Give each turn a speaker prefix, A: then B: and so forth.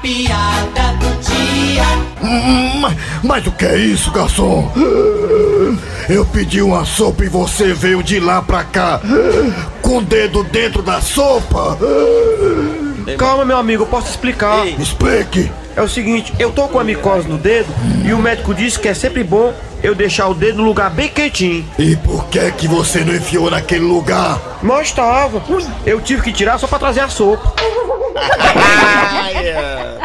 A: piada do dia.
B: Hum, mas o que é isso, garçom? Eu pedi uma sopa e você veio de lá pra cá com o dedo dentro da sopa?
C: Calma, meu amigo, eu posso explicar.
A: Ei.
B: Explique.
C: É o seguinte, eu tô com a micose no dedo e o médico disse que é sempre bom eu deixar o dedo no lugar bem quentinho.
B: E por que é que você não enfiou naquele lugar?
C: Mas tava. Eu tive que tirar só pra trazer a sopa.